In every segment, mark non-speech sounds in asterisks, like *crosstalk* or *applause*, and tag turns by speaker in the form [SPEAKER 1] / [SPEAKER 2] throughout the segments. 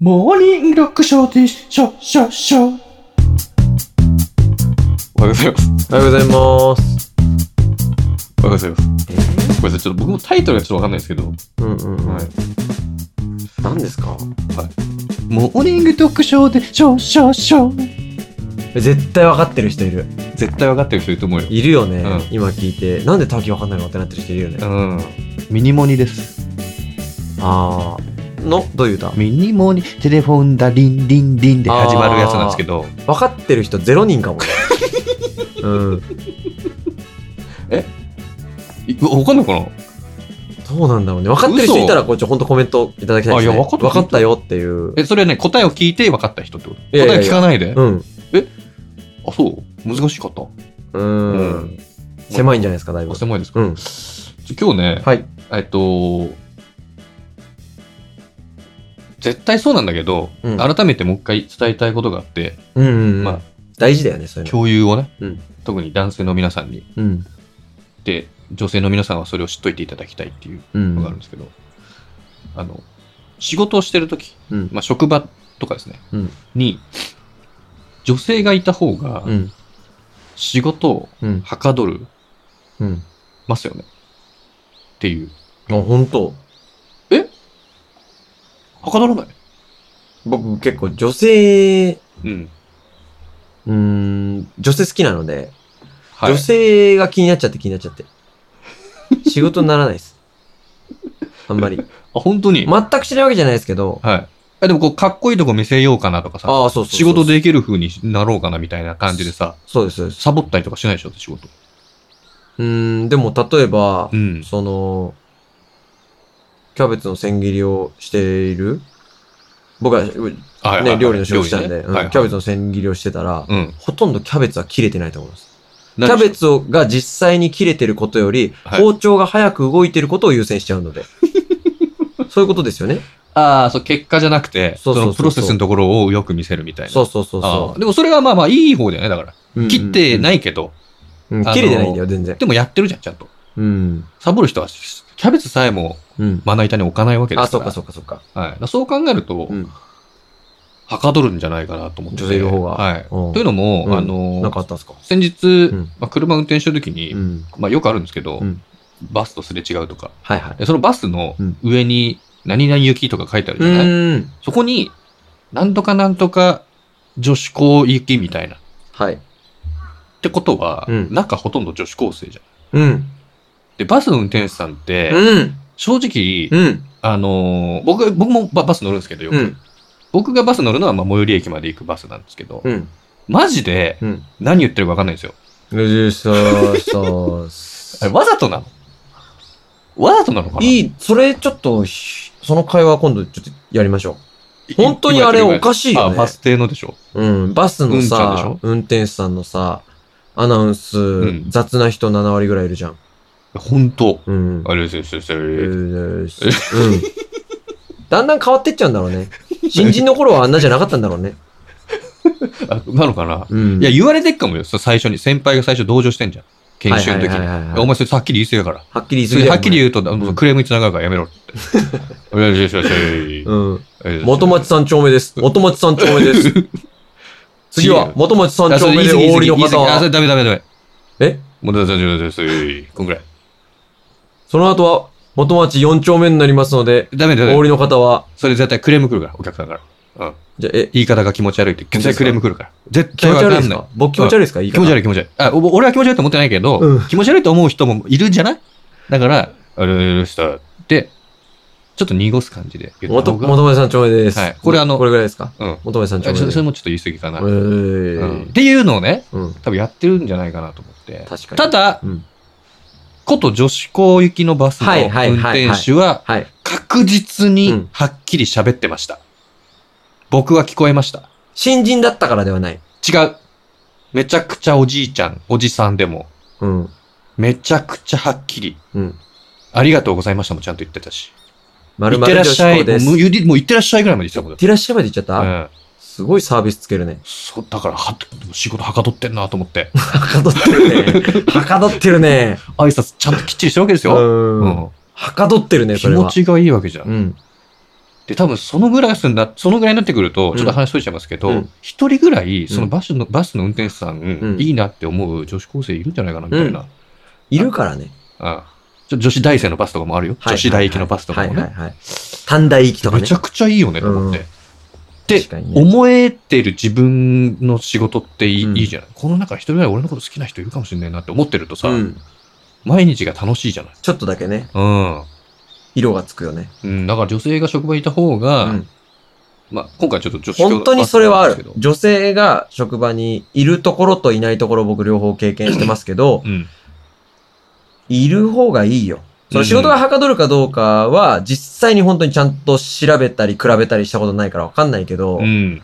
[SPEAKER 1] モーニングロックショーでしょ、しょ、しょ。
[SPEAKER 2] おはようございます。
[SPEAKER 3] おはようございます。
[SPEAKER 2] おはようございます。ごめんなさい、ちょっと僕もタイトルがちょっとわかんないですけど、
[SPEAKER 3] うんうんうん。
[SPEAKER 2] はい
[SPEAKER 3] 何ですか
[SPEAKER 1] モーニング読書でしょ、しょ、しょ。
[SPEAKER 3] 絶対分かってる人いる。
[SPEAKER 2] 絶対わかってる人いると思うよ。
[SPEAKER 3] いるよね。
[SPEAKER 2] うん
[SPEAKER 3] 今聞いて。なんで滝分かんないのってなってる人いるよね。
[SPEAKER 2] うん。
[SPEAKER 1] ミニモニです。
[SPEAKER 3] あー。の、どういう歌
[SPEAKER 1] ミニモニ、テレフォンだ、リンリンリンで
[SPEAKER 2] 始まるやつなんですけど、
[SPEAKER 3] 分かってる人ゼロ人かもね。 *laughs* うん。
[SPEAKER 2] いわかんのかな
[SPEAKER 3] どうなんだろうね。分かってる人
[SPEAKER 2] 嘘
[SPEAKER 3] いたら、こうちょ、ほんとコメントいただきたいです、ね。
[SPEAKER 2] あいや分かった
[SPEAKER 3] 分かったよっていう。
[SPEAKER 2] え、それはね、答えを聞いてわかった人ってこと
[SPEAKER 3] いやいやいや
[SPEAKER 2] 答え聞かないで、
[SPEAKER 3] うん。
[SPEAKER 2] あ、そう難しかった
[SPEAKER 3] う
[SPEAKER 2] うんん。
[SPEAKER 3] 狭いんじゃないですか、だいぶ
[SPEAKER 2] お。狭いですか、
[SPEAKER 3] うん。
[SPEAKER 2] ちょ今日ね、
[SPEAKER 3] はい。
[SPEAKER 2] えっと、絶対そうなんだけど、
[SPEAKER 3] うん
[SPEAKER 2] 改めてもう一回伝えたいことがあって、
[SPEAKER 3] うんうん、うん。
[SPEAKER 2] まあ
[SPEAKER 3] 大事だよね、そういうの。
[SPEAKER 2] 共有をね、
[SPEAKER 3] うん
[SPEAKER 2] 特に男性の皆さんに、
[SPEAKER 3] うん。
[SPEAKER 2] で、女性の皆さんはそれを知っといていただきたいっていう
[SPEAKER 3] う
[SPEAKER 2] のがあるん
[SPEAKER 3] ん。
[SPEAKER 2] ですけど、あの、仕事をしてるとき、
[SPEAKER 3] うん
[SPEAKER 2] まあ、職場とかですね、
[SPEAKER 3] うん
[SPEAKER 2] に、女性がいた方が
[SPEAKER 3] う、ん。
[SPEAKER 2] 仕事を
[SPEAKER 3] うん。
[SPEAKER 2] はかどる
[SPEAKER 3] うん。
[SPEAKER 2] ますよね。っていう。
[SPEAKER 3] あ、ほんと。
[SPEAKER 2] はかどらない
[SPEAKER 3] 僕、結構女性、う
[SPEAKER 2] うん。
[SPEAKER 3] ーん、女性好きなので、
[SPEAKER 2] はい。
[SPEAKER 3] 女性が気になっちゃって気になっちゃって。仕事にならないです。あんまり。
[SPEAKER 2] あ、本当に、
[SPEAKER 3] 全くしないわけじゃないですけど、
[SPEAKER 2] はい。あでもこう、かっこいいとこ見せようかなとかさ、
[SPEAKER 3] ああ、そうそうそう
[SPEAKER 2] 仕事。できる風になろうかなみたいな感じでさ、
[SPEAKER 3] そうです、そうです。
[SPEAKER 2] サボったりとかしないでしょ、仕事。
[SPEAKER 3] うーん、でも例えば
[SPEAKER 2] う、ん。
[SPEAKER 3] その、キャベツの千切りをしている僕は、ね、
[SPEAKER 2] はいはいはい
[SPEAKER 3] 料理の仕事したん
[SPEAKER 2] 料
[SPEAKER 3] で、
[SPEAKER 2] 理
[SPEAKER 3] う
[SPEAKER 2] ねはいは
[SPEAKER 3] ん
[SPEAKER 2] い
[SPEAKER 3] キャベツの千切りをしてたら、
[SPEAKER 2] うん。
[SPEAKER 3] ほとんどキャベツは切れてないと思います。キ
[SPEAKER 2] キ
[SPEAKER 3] ャベツをが実際に切れてることより、
[SPEAKER 2] はい
[SPEAKER 3] 包丁が早く動いてることを優先しちゃう
[SPEAKER 2] *laughs*
[SPEAKER 3] ので。そういうことですよね。
[SPEAKER 2] ああ、そう、結果じゃなくて、そ
[SPEAKER 3] そ
[SPEAKER 2] う
[SPEAKER 3] そうそうそう
[SPEAKER 2] のプロセスのところをよく見せるみたいな。
[SPEAKER 3] そうそうそう
[SPEAKER 2] あ
[SPEAKER 3] そ
[SPEAKER 2] ーでもそれはまあまあいい方だよね、だから。
[SPEAKER 3] う。
[SPEAKER 2] 切って
[SPEAKER 3] い、
[SPEAKER 2] ないけど、
[SPEAKER 3] うん
[SPEAKER 2] あの
[SPEAKER 3] 切れてないんだよ、全然。
[SPEAKER 2] でもやってるじゃん、ちゃんと。
[SPEAKER 3] うん。
[SPEAKER 2] サボる人は、キャベツさえも
[SPEAKER 3] うん。
[SPEAKER 2] まな板に置かないわけで
[SPEAKER 3] あ、
[SPEAKER 2] すか
[SPEAKER 3] そっ
[SPEAKER 2] ら。
[SPEAKER 3] かそっかそっか。
[SPEAKER 2] はい、だからそう考えると、
[SPEAKER 3] うん
[SPEAKER 2] はかどるんじゃないかなと思ってて。
[SPEAKER 3] 女性の方が
[SPEAKER 2] はい。
[SPEAKER 3] うん
[SPEAKER 2] というのも、
[SPEAKER 3] うん
[SPEAKER 2] あの
[SPEAKER 3] なんかあったんすか
[SPEAKER 2] 先日、
[SPEAKER 3] うん
[SPEAKER 2] まあ、車運転してる時に、
[SPEAKER 3] うん。
[SPEAKER 2] まあ、よくあるんですけど、
[SPEAKER 3] うん
[SPEAKER 2] バスとすれ違うとか。
[SPEAKER 3] はいはい。
[SPEAKER 2] でそのバスの
[SPEAKER 3] うん
[SPEAKER 2] 上に、何々行きとか書いてある
[SPEAKER 3] う
[SPEAKER 2] じゃない、
[SPEAKER 3] ーん。
[SPEAKER 2] そこに、なんとかなんとか女子校行きみたいな。っ
[SPEAKER 3] はい。
[SPEAKER 2] てことは、
[SPEAKER 3] うん
[SPEAKER 2] 中ほとんど女子高生じゃん。
[SPEAKER 3] うん。
[SPEAKER 2] で、バスの運転手さんって、
[SPEAKER 3] うん。
[SPEAKER 2] 正直、
[SPEAKER 3] うん。
[SPEAKER 2] あのー僕、僕もババス乗るんですけどよく、
[SPEAKER 3] うん。
[SPEAKER 2] 僕がバス乗るのは、まあ、最寄り駅まで行くバスなんですけど、
[SPEAKER 3] うん。
[SPEAKER 2] マジで
[SPEAKER 3] うん。
[SPEAKER 2] 何言ってるか分かんないんですよ。
[SPEAKER 3] うん。そうそう
[SPEAKER 2] あ
[SPEAKER 3] そ
[SPEAKER 2] れ
[SPEAKER 3] う。
[SPEAKER 2] わざとなのわざとなのかない
[SPEAKER 3] *laughs* い、それちょっと、ひその会話今度ちょっとやりましょ。
[SPEAKER 2] いう
[SPEAKER 3] 本当にあれおか
[SPEAKER 2] し
[SPEAKER 3] しいよね。
[SPEAKER 2] あ、バス停のでしょ。
[SPEAKER 3] うん、バスの
[SPEAKER 2] うんちゃん
[SPEAKER 3] さ
[SPEAKER 2] で、
[SPEAKER 3] 運転手さんのさ、アナウンス、
[SPEAKER 2] ん
[SPEAKER 3] 雑な人7割ぐらいいるじゃん。
[SPEAKER 2] 本当。
[SPEAKER 3] うん。
[SPEAKER 2] あれですよ、そうそう
[SPEAKER 3] う
[SPEAKER 2] そう
[SPEAKER 3] ーすうん。 *laughs* だんだん変わってっちゃうんだろうね。新人の頃はあんなじゃなかったんだろうね。
[SPEAKER 2] あなのかな、
[SPEAKER 3] うん。
[SPEAKER 2] いや、言われてっかもよ。そう最初に。先輩が最初同情してんじゃん。研修の時に。
[SPEAKER 3] はいはいはいはいはい
[SPEAKER 2] お前それはっきり言い過ぎだから。
[SPEAKER 3] はっきり
[SPEAKER 2] そ
[SPEAKER 3] 言い
[SPEAKER 2] れは
[SPEAKER 3] 過ぎ
[SPEAKER 2] っきり
[SPEAKER 3] う。
[SPEAKER 2] 言うと、あのクレームにつながるからやめろって。
[SPEAKER 3] *laughs*
[SPEAKER 2] あれですよ、そうそう
[SPEAKER 3] うん。
[SPEAKER 2] そう
[SPEAKER 3] 元町三丁
[SPEAKER 2] *laughs*
[SPEAKER 3] 目です。元町三丁目です。次は、元町三
[SPEAKER 2] あそ
[SPEAKER 3] 丁
[SPEAKER 2] れ
[SPEAKER 3] 目
[SPEAKER 2] 言い過ぎ
[SPEAKER 3] で大売りの
[SPEAKER 2] 言い過ぎ
[SPEAKER 3] 方
[SPEAKER 2] あ、そ
[SPEAKER 3] は。
[SPEAKER 2] れダメダメダメ。
[SPEAKER 3] え
[SPEAKER 2] 元町さん、そうそうそうそうこんぐらい。
[SPEAKER 3] その後は、元町四丁目になりますので、
[SPEAKER 2] ダメダ
[SPEAKER 3] 大
[SPEAKER 2] メ
[SPEAKER 3] 売。りの方は、
[SPEAKER 2] それ絶対クレーム来るから、お客さんから。うん。
[SPEAKER 3] じゃあ、え、
[SPEAKER 2] 言い方が気持ち悪いって、絶対クレーム来るから。絶
[SPEAKER 3] 気
[SPEAKER 2] 対
[SPEAKER 3] 持
[SPEAKER 2] わ
[SPEAKER 3] ち
[SPEAKER 2] かん
[SPEAKER 3] 悪
[SPEAKER 2] ない
[SPEAKER 3] です
[SPEAKER 2] い。
[SPEAKER 3] か僕気持ち悪いですか言い
[SPEAKER 2] 気
[SPEAKER 3] 方
[SPEAKER 2] 持ち悪い気持ち悪い。あ、お俺は気持ち悪いと思ってないけど、
[SPEAKER 3] うん
[SPEAKER 2] 気持ち悪いと思う人もいるんじゃないだから、あれでした。で、ちょっと濁す感じで言った
[SPEAKER 3] 元
[SPEAKER 2] 方が
[SPEAKER 3] 元町さん丁目です。
[SPEAKER 2] はいこれあの
[SPEAKER 3] これぐらいですか
[SPEAKER 2] うん。
[SPEAKER 3] 元町さん丁
[SPEAKER 2] あ
[SPEAKER 3] 目
[SPEAKER 2] そ
[SPEAKER 3] で
[SPEAKER 2] そ
[SPEAKER 3] す。
[SPEAKER 2] れ
[SPEAKER 3] う
[SPEAKER 2] もちょっと言い過ぎかな、うんっ
[SPEAKER 3] ー
[SPEAKER 2] ていうのをね、
[SPEAKER 3] うん。
[SPEAKER 2] 多分やってるんじゃないかなと思って。
[SPEAKER 3] 確かに。
[SPEAKER 2] た、だ、
[SPEAKER 3] うん。
[SPEAKER 2] こと女子校行きのバスの
[SPEAKER 3] はいはい
[SPEAKER 2] 運
[SPEAKER 3] はいはい
[SPEAKER 2] 転手は、
[SPEAKER 3] はい。
[SPEAKER 2] 確実
[SPEAKER 3] う
[SPEAKER 2] に
[SPEAKER 3] ん
[SPEAKER 2] はっきり喋ってました。僕は聞こえました。
[SPEAKER 3] 新人だったからではない。
[SPEAKER 2] 違う。めちゃくちゃおじいちゃん、おじさんでも、
[SPEAKER 3] うん。
[SPEAKER 2] めちゃくちゃはっきり、
[SPEAKER 3] うん。
[SPEAKER 2] ありがとうございましたもちゃんと言ってたし。
[SPEAKER 3] ま
[SPEAKER 2] い
[SPEAKER 3] る
[SPEAKER 2] っ
[SPEAKER 3] ま
[SPEAKER 2] て
[SPEAKER 3] る
[SPEAKER 2] らっ
[SPEAKER 3] 女
[SPEAKER 2] し
[SPEAKER 3] 子
[SPEAKER 2] ゃい。
[SPEAKER 3] 校です。
[SPEAKER 2] もう
[SPEAKER 3] いっ
[SPEAKER 2] ゆりもういってらっしゃいぐらいまで言ってたもんだって
[SPEAKER 3] らっしゃいまで言っちゃった
[SPEAKER 2] て。。
[SPEAKER 3] すごいサービスつけるね
[SPEAKER 2] そう、だから、は、仕事はかどってんなと思って。
[SPEAKER 3] はかどって
[SPEAKER 2] *laughs*
[SPEAKER 3] るね。はかどってるね。
[SPEAKER 2] 挨拶ちゃんときっちりしてるわけです
[SPEAKER 3] う。
[SPEAKER 2] よ。うんん。
[SPEAKER 3] はかどってるね、
[SPEAKER 2] 気
[SPEAKER 3] それ
[SPEAKER 2] 持
[SPEAKER 3] は。
[SPEAKER 2] ちがいいわけじゃ。
[SPEAKER 3] うんん。
[SPEAKER 2] で、多分そのぐらいすんだ、そのぐらいになってくると、ちょっと話しといちゃいますけ
[SPEAKER 3] う
[SPEAKER 2] ど
[SPEAKER 3] ん、
[SPEAKER 2] 一、人ぐらい、そのバスの、バスの運転手さん、
[SPEAKER 3] ん
[SPEAKER 2] いいなって思う女子高生いるんじゃないかな、みたいな。
[SPEAKER 3] うんいるからね。
[SPEAKER 2] ああちょ女子大生のバスとかもあるよ。
[SPEAKER 3] はい
[SPEAKER 2] 女子大行きのバスとかもね。
[SPEAKER 3] はいはいはい。短大行きとかね。
[SPEAKER 2] めちゃくちゃいいよね、と思って。
[SPEAKER 3] うん
[SPEAKER 2] で
[SPEAKER 3] 確かにね
[SPEAKER 2] 思えてる自分の仕事っていい,、
[SPEAKER 3] うん
[SPEAKER 2] いいじゃないこの中一人ぐらい俺のこと好きな人いるかもしれないなって思ってるとさ、
[SPEAKER 3] うん。
[SPEAKER 2] 毎日が楽しいじゃない
[SPEAKER 3] ちょっとだけね、
[SPEAKER 2] うん。
[SPEAKER 3] 色がつくよね。
[SPEAKER 2] うん。だから女性が職場にいた方が、
[SPEAKER 3] うん
[SPEAKER 2] まあ今回ちょっと女子
[SPEAKER 3] 本当にそれはあ
[SPEAKER 2] 教育
[SPEAKER 3] る
[SPEAKER 2] の。
[SPEAKER 3] 女性が職場にいるところといないところ僕両方経験してますけど
[SPEAKER 2] う、ん。
[SPEAKER 3] いる方がいいよ。その仕事がはかどるかどうかは、実際に本当にちゃんと調べたり比べたりしたことないからわかんないけど、
[SPEAKER 2] うん。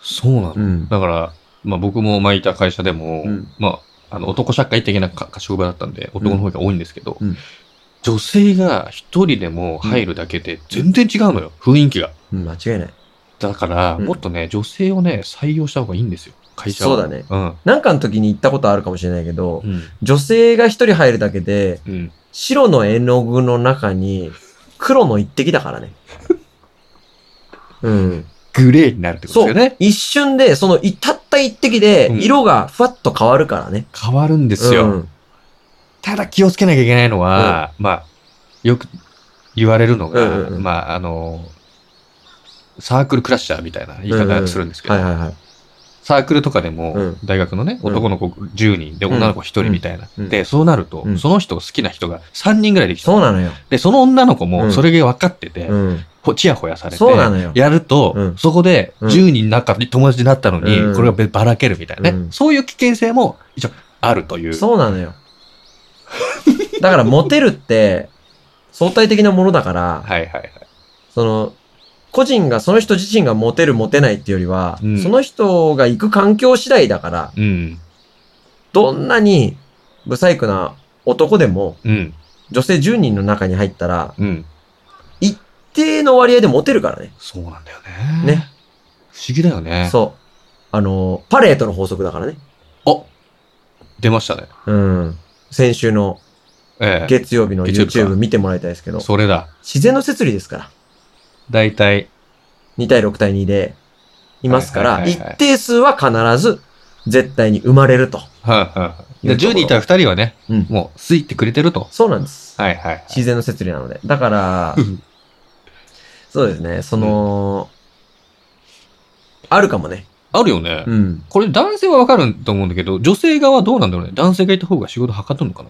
[SPEAKER 2] そうなの。
[SPEAKER 3] うん。
[SPEAKER 2] だから、まあ僕も前いた会社でも、
[SPEAKER 3] うん
[SPEAKER 2] まあ、あの男社会的なか職場だったんで、男の方が多いんですけど、
[SPEAKER 3] うん
[SPEAKER 2] 女性が一人でも入るだけで全然違うのよ、雰囲気が。
[SPEAKER 3] うん間違いない。
[SPEAKER 2] だから、
[SPEAKER 3] うん
[SPEAKER 2] もっとね、女性をね、採用した方がいいんですよ、会社は。
[SPEAKER 3] そうだね
[SPEAKER 2] うん。
[SPEAKER 3] なんかの時に行ったことあるかもしれないけど
[SPEAKER 2] う、ん。
[SPEAKER 3] 女性が一人入るだけで、
[SPEAKER 2] うん。
[SPEAKER 3] 白の絵の具の中に黒の一滴
[SPEAKER 2] *laughs*
[SPEAKER 3] だからね。うん。
[SPEAKER 2] グレーになるってことです
[SPEAKER 3] そう
[SPEAKER 2] よね。。
[SPEAKER 3] 一瞬で、そのい、たった一滴で
[SPEAKER 2] う、ん
[SPEAKER 3] 色がふわっと変わるからね。
[SPEAKER 2] 変わるんで
[SPEAKER 3] う
[SPEAKER 2] すよ。
[SPEAKER 3] ん。
[SPEAKER 2] ただ気をつけなきゃいけないのは、まあ、よく言われるのが、
[SPEAKER 3] うんうんうん
[SPEAKER 2] まあ、あの、サークルクラッシャーみたいな言い方するんですけど、
[SPEAKER 3] はいはいはい。
[SPEAKER 2] サークルとかでも、
[SPEAKER 3] うん
[SPEAKER 2] 大学のね、
[SPEAKER 3] うん
[SPEAKER 2] 男の子10人で
[SPEAKER 3] うん
[SPEAKER 2] 女の子1人みたいな。
[SPEAKER 3] うん
[SPEAKER 2] で、そうなると、
[SPEAKER 3] うん
[SPEAKER 2] その人好きな人が3人ぐらいできた。
[SPEAKER 3] そうなのよ。
[SPEAKER 2] で、その女の子
[SPEAKER 3] う
[SPEAKER 2] も
[SPEAKER 3] ん
[SPEAKER 2] それが分かってて、
[SPEAKER 3] うん。
[SPEAKER 2] ほちやほやされて
[SPEAKER 3] そうなのよ、
[SPEAKER 2] やると、
[SPEAKER 3] うん
[SPEAKER 2] そこで
[SPEAKER 3] うん
[SPEAKER 2] 10人仲で友達になったのに、
[SPEAKER 3] うん
[SPEAKER 2] これがべばらけるみたいなね、
[SPEAKER 3] うん
[SPEAKER 2] そういう危険性も一応あるという。
[SPEAKER 3] そうなのよ。だから、モテるって、相対的なものだから、
[SPEAKER 2] はいはいはい。
[SPEAKER 3] その、個人が、その人自身がモテるモテないっていうよりは、
[SPEAKER 2] うん
[SPEAKER 3] その人が行く環境次第だから、
[SPEAKER 2] うん。
[SPEAKER 3] どんなに、ブサイクな男でも、
[SPEAKER 2] うん。
[SPEAKER 3] 女性10人の中に入ったら、
[SPEAKER 2] うん。
[SPEAKER 3] 一定の割合でモテるからね。
[SPEAKER 2] そうなんだよね。
[SPEAKER 3] ね。
[SPEAKER 2] 不思議だよね。
[SPEAKER 3] そう。あの、パレートの法則だからね。
[SPEAKER 2] お出ましたね。
[SPEAKER 3] うん。先週の
[SPEAKER 2] ええ。
[SPEAKER 3] 月曜日の
[SPEAKER 2] 月曜日か
[SPEAKER 3] YouTube 見てもらいたいですけど、
[SPEAKER 2] それだ。
[SPEAKER 3] 自然の摂理ですから。
[SPEAKER 2] 大体、
[SPEAKER 3] 2対6対2でいますか
[SPEAKER 2] は
[SPEAKER 3] ら、
[SPEAKER 2] いはい
[SPEAKER 3] 一
[SPEAKER 2] はいはい
[SPEAKER 3] 定数は必ず絶対に生まれると。
[SPEAKER 2] はいはい
[SPEAKER 3] い
[SPEAKER 2] はい。
[SPEAKER 3] うところ
[SPEAKER 2] 10人いたら2人はね、
[SPEAKER 3] うん
[SPEAKER 2] もう、すいってくれてると。
[SPEAKER 3] そうなんです。
[SPEAKER 2] はいはいはい。
[SPEAKER 3] 自然の摂理なので。
[SPEAKER 2] *laughs*
[SPEAKER 3] だから
[SPEAKER 2] うん、
[SPEAKER 3] そうですね、その、あるかもね。
[SPEAKER 2] あるよね。
[SPEAKER 3] うん。
[SPEAKER 2] これ男性はわかると思うんだけど、女性側はどうなんだろうね。男性がいた方が仕事はかどるのかな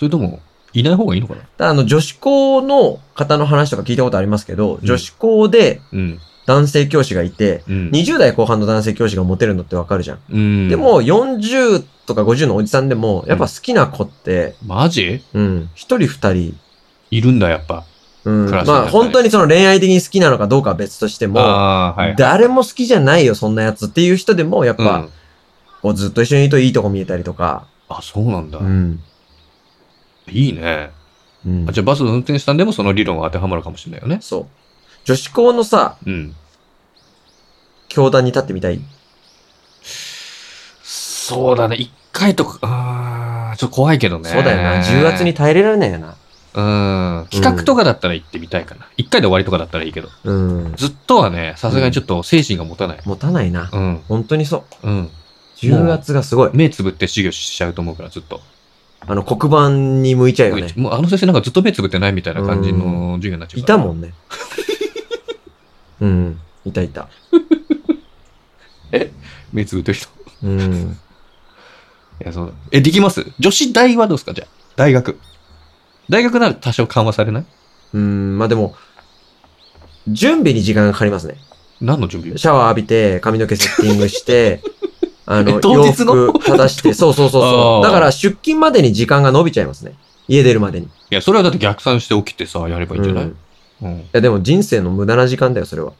[SPEAKER 2] それとも、いない方がいいのかな
[SPEAKER 3] ただあの、女子校の方の話とか聞いたことありますけど、女子校で
[SPEAKER 2] うん。
[SPEAKER 3] 男性教師がいて、
[SPEAKER 2] うん。
[SPEAKER 3] 20代後半の男性教師がモテるのってわかるじゃん。
[SPEAKER 2] うん。
[SPEAKER 3] で、も、40とか50のおじさんでも、やっぱ好きな子って、
[SPEAKER 2] マジ
[SPEAKER 3] うん、一人二人、
[SPEAKER 2] いるんだ、やっぱ。
[SPEAKER 3] うん、
[SPEAKER 2] クラスの中に
[SPEAKER 3] まあ本当にその恋愛的に好きなのかどうかは別としても、
[SPEAKER 2] ああ、はい。
[SPEAKER 3] 誰も好きじゃないよ、そんなやつっていう人でも、やっ
[SPEAKER 2] うん
[SPEAKER 3] ぱ、こうずっと一緒にいるといいとこ見えたりとか、
[SPEAKER 2] あ、そうなんだ。
[SPEAKER 3] ん。
[SPEAKER 2] いいね。
[SPEAKER 3] うん
[SPEAKER 2] あ、じゃあバスの運転手さんでもその理論は当てはまるかもしれないよね。
[SPEAKER 3] そう。女子校のさ、
[SPEAKER 2] うん。
[SPEAKER 3] 教壇に立ってみたい。
[SPEAKER 2] そうだね。一回とか、ああ、ちょっと怖いけどね。
[SPEAKER 3] そうだよな。重圧に。耐えれられないよな。
[SPEAKER 2] うん。企画とかだったら行ってみたいかな。一回で終わりとかだったらいいけど。
[SPEAKER 3] うん。
[SPEAKER 2] ずっとはね、さすがにちょっと精神が持たない。
[SPEAKER 3] 持たないな。
[SPEAKER 2] うん。
[SPEAKER 3] 本当にそう。
[SPEAKER 2] うん。
[SPEAKER 3] 重圧がすごい。
[SPEAKER 2] 目つぶって授業しちゃうと思うから、ずっと。
[SPEAKER 3] あの、黒板に向いちゃうよね。
[SPEAKER 2] もうあの先生なんかずっと目つぶってないみたいな感じの授業になっちゃう
[SPEAKER 3] いたも
[SPEAKER 2] ん。 *laughs*
[SPEAKER 3] んね。うん。いたいた。
[SPEAKER 2] 目つぶってる人。
[SPEAKER 3] うん。
[SPEAKER 2] いや、そうだ。え、できます女子大はどうですかじゃあ。大学。大学なら多少緩和されない
[SPEAKER 3] うん、まあでも、準備に時間がかかりますね。
[SPEAKER 2] 何の準備
[SPEAKER 3] シャワー浴びて、髪の毛セッティング
[SPEAKER 2] *laughs*
[SPEAKER 3] して、あの、
[SPEAKER 2] え当日の
[SPEAKER 3] 洋服
[SPEAKER 2] *laughs*
[SPEAKER 3] 正して、そうそうそうそ
[SPEAKER 2] あ
[SPEAKER 3] う。
[SPEAKER 2] ー
[SPEAKER 3] だから出勤までに時間が伸びちゃいますね。家出るまでに。い
[SPEAKER 2] いや、それはだって逆算して起きてさ、やればいいんじゃない、
[SPEAKER 3] うん、い
[SPEAKER 2] うん
[SPEAKER 3] やでも人生の無駄な時間だよ、それは。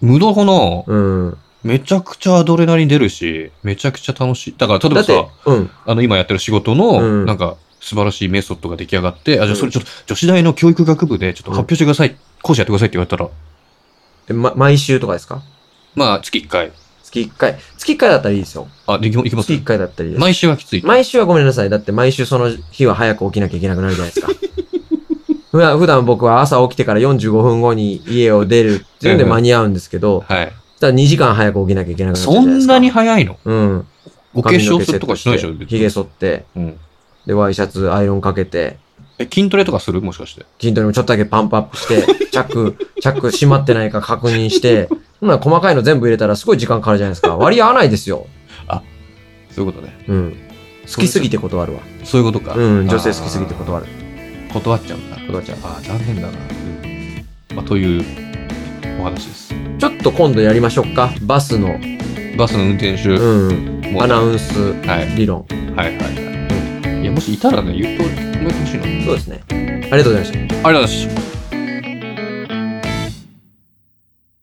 [SPEAKER 2] 無駄かな
[SPEAKER 3] うん。
[SPEAKER 2] めちゃくちゃアドレナリン出るし、めちゃくちゃ楽しい。だから、例え
[SPEAKER 3] だ
[SPEAKER 2] ば
[SPEAKER 3] って
[SPEAKER 2] さ、、
[SPEAKER 3] うん。
[SPEAKER 2] あの、今やってる仕事
[SPEAKER 3] うん
[SPEAKER 2] の、なんか、素晴らしいメソッドが出来上がって、あ、じゃあそれちょっと、女子大の教育学部で、ちょっと発表してください、講師やってくださいって言われたら、
[SPEAKER 3] えま、毎週とかですか
[SPEAKER 2] まあ、月1回。
[SPEAKER 3] 月1回。月1回だったらいいですよ。
[SPEAKER 2] あ、できまいきます
[SPEAKER 3] 月1回だったらいいです。
[SPEAKER 2] 毎週はきつい。 *laughs*
[SPEAKER 3] 毎週はごめんなさい。だって毎週その日は早く起きなきゃいけなくなるじゃないですか。普段、普段僕は朝起きてから45分後に家を出るっていうんで
[SPEAKER 2] うんうん
[SPEAKER 3] 間に合うんですけど、
[SPEAKER 2] はい。
[SPEAKER 3] ただ2時間早く起きなきゃいけなくなっちゃうじ
[SPEAKER 2] そ
[SPEAKER 3] ゃないで
[SPEAKER 2] ん
[SPEAKER 3] すか。
[SPEAKER 2] なに早いの
[SPEAKER 3] うん。
[SPEAKER 2] お化粧するとかしないでしょ別に
[SPEAKER 3] 髭剃って、
[SPEAKER 2] うん。
[SPEAKER 3] で、ワイシャツ、アイロンかけて、
[SPEAKER 2] え、筋トレとかするもしかして。
[SPEAKER 3] 筋トレもちょっとだけパンプアップして、 *laughs* チャック、チャック閉まってないか確認して、ほんなら細かいの全部入れたらすごい時間かかるじゃないですか。割り合わないですよ。
[SPEAKER 2] そういうことね。
[SPEAKER 3] うん。好きすぎて断るわ。
[SPEAKER 2] そういうことか。
[SPEAKER 3] うん、女性好きすぎて断る。
[SPEAKER 2] あー断っちゃうんだ。
[SPEAKER 3] 断っちゃう
[SPEAKER 2] ああ、残念だな。うんまあ、というお話です。
[SPEAKER 3] ちょっと今度やりましょうか。バスの、
[SPEAKER 2] バスの運転手、
[SPEAKER 3] うん、
[SPEAKER 2] もう
[SPEAKER 3] アナウンス
[SPEAKER 2] はい。
[SPEAKER 3] 理論。
[SPEAKER 2] はいはいはい。いや、もしいたらね、言うと思いてほしいな。あり
[SPEAKER 3] そうですね。ありがとうございました。
[SPEAKER 2] がとうございます。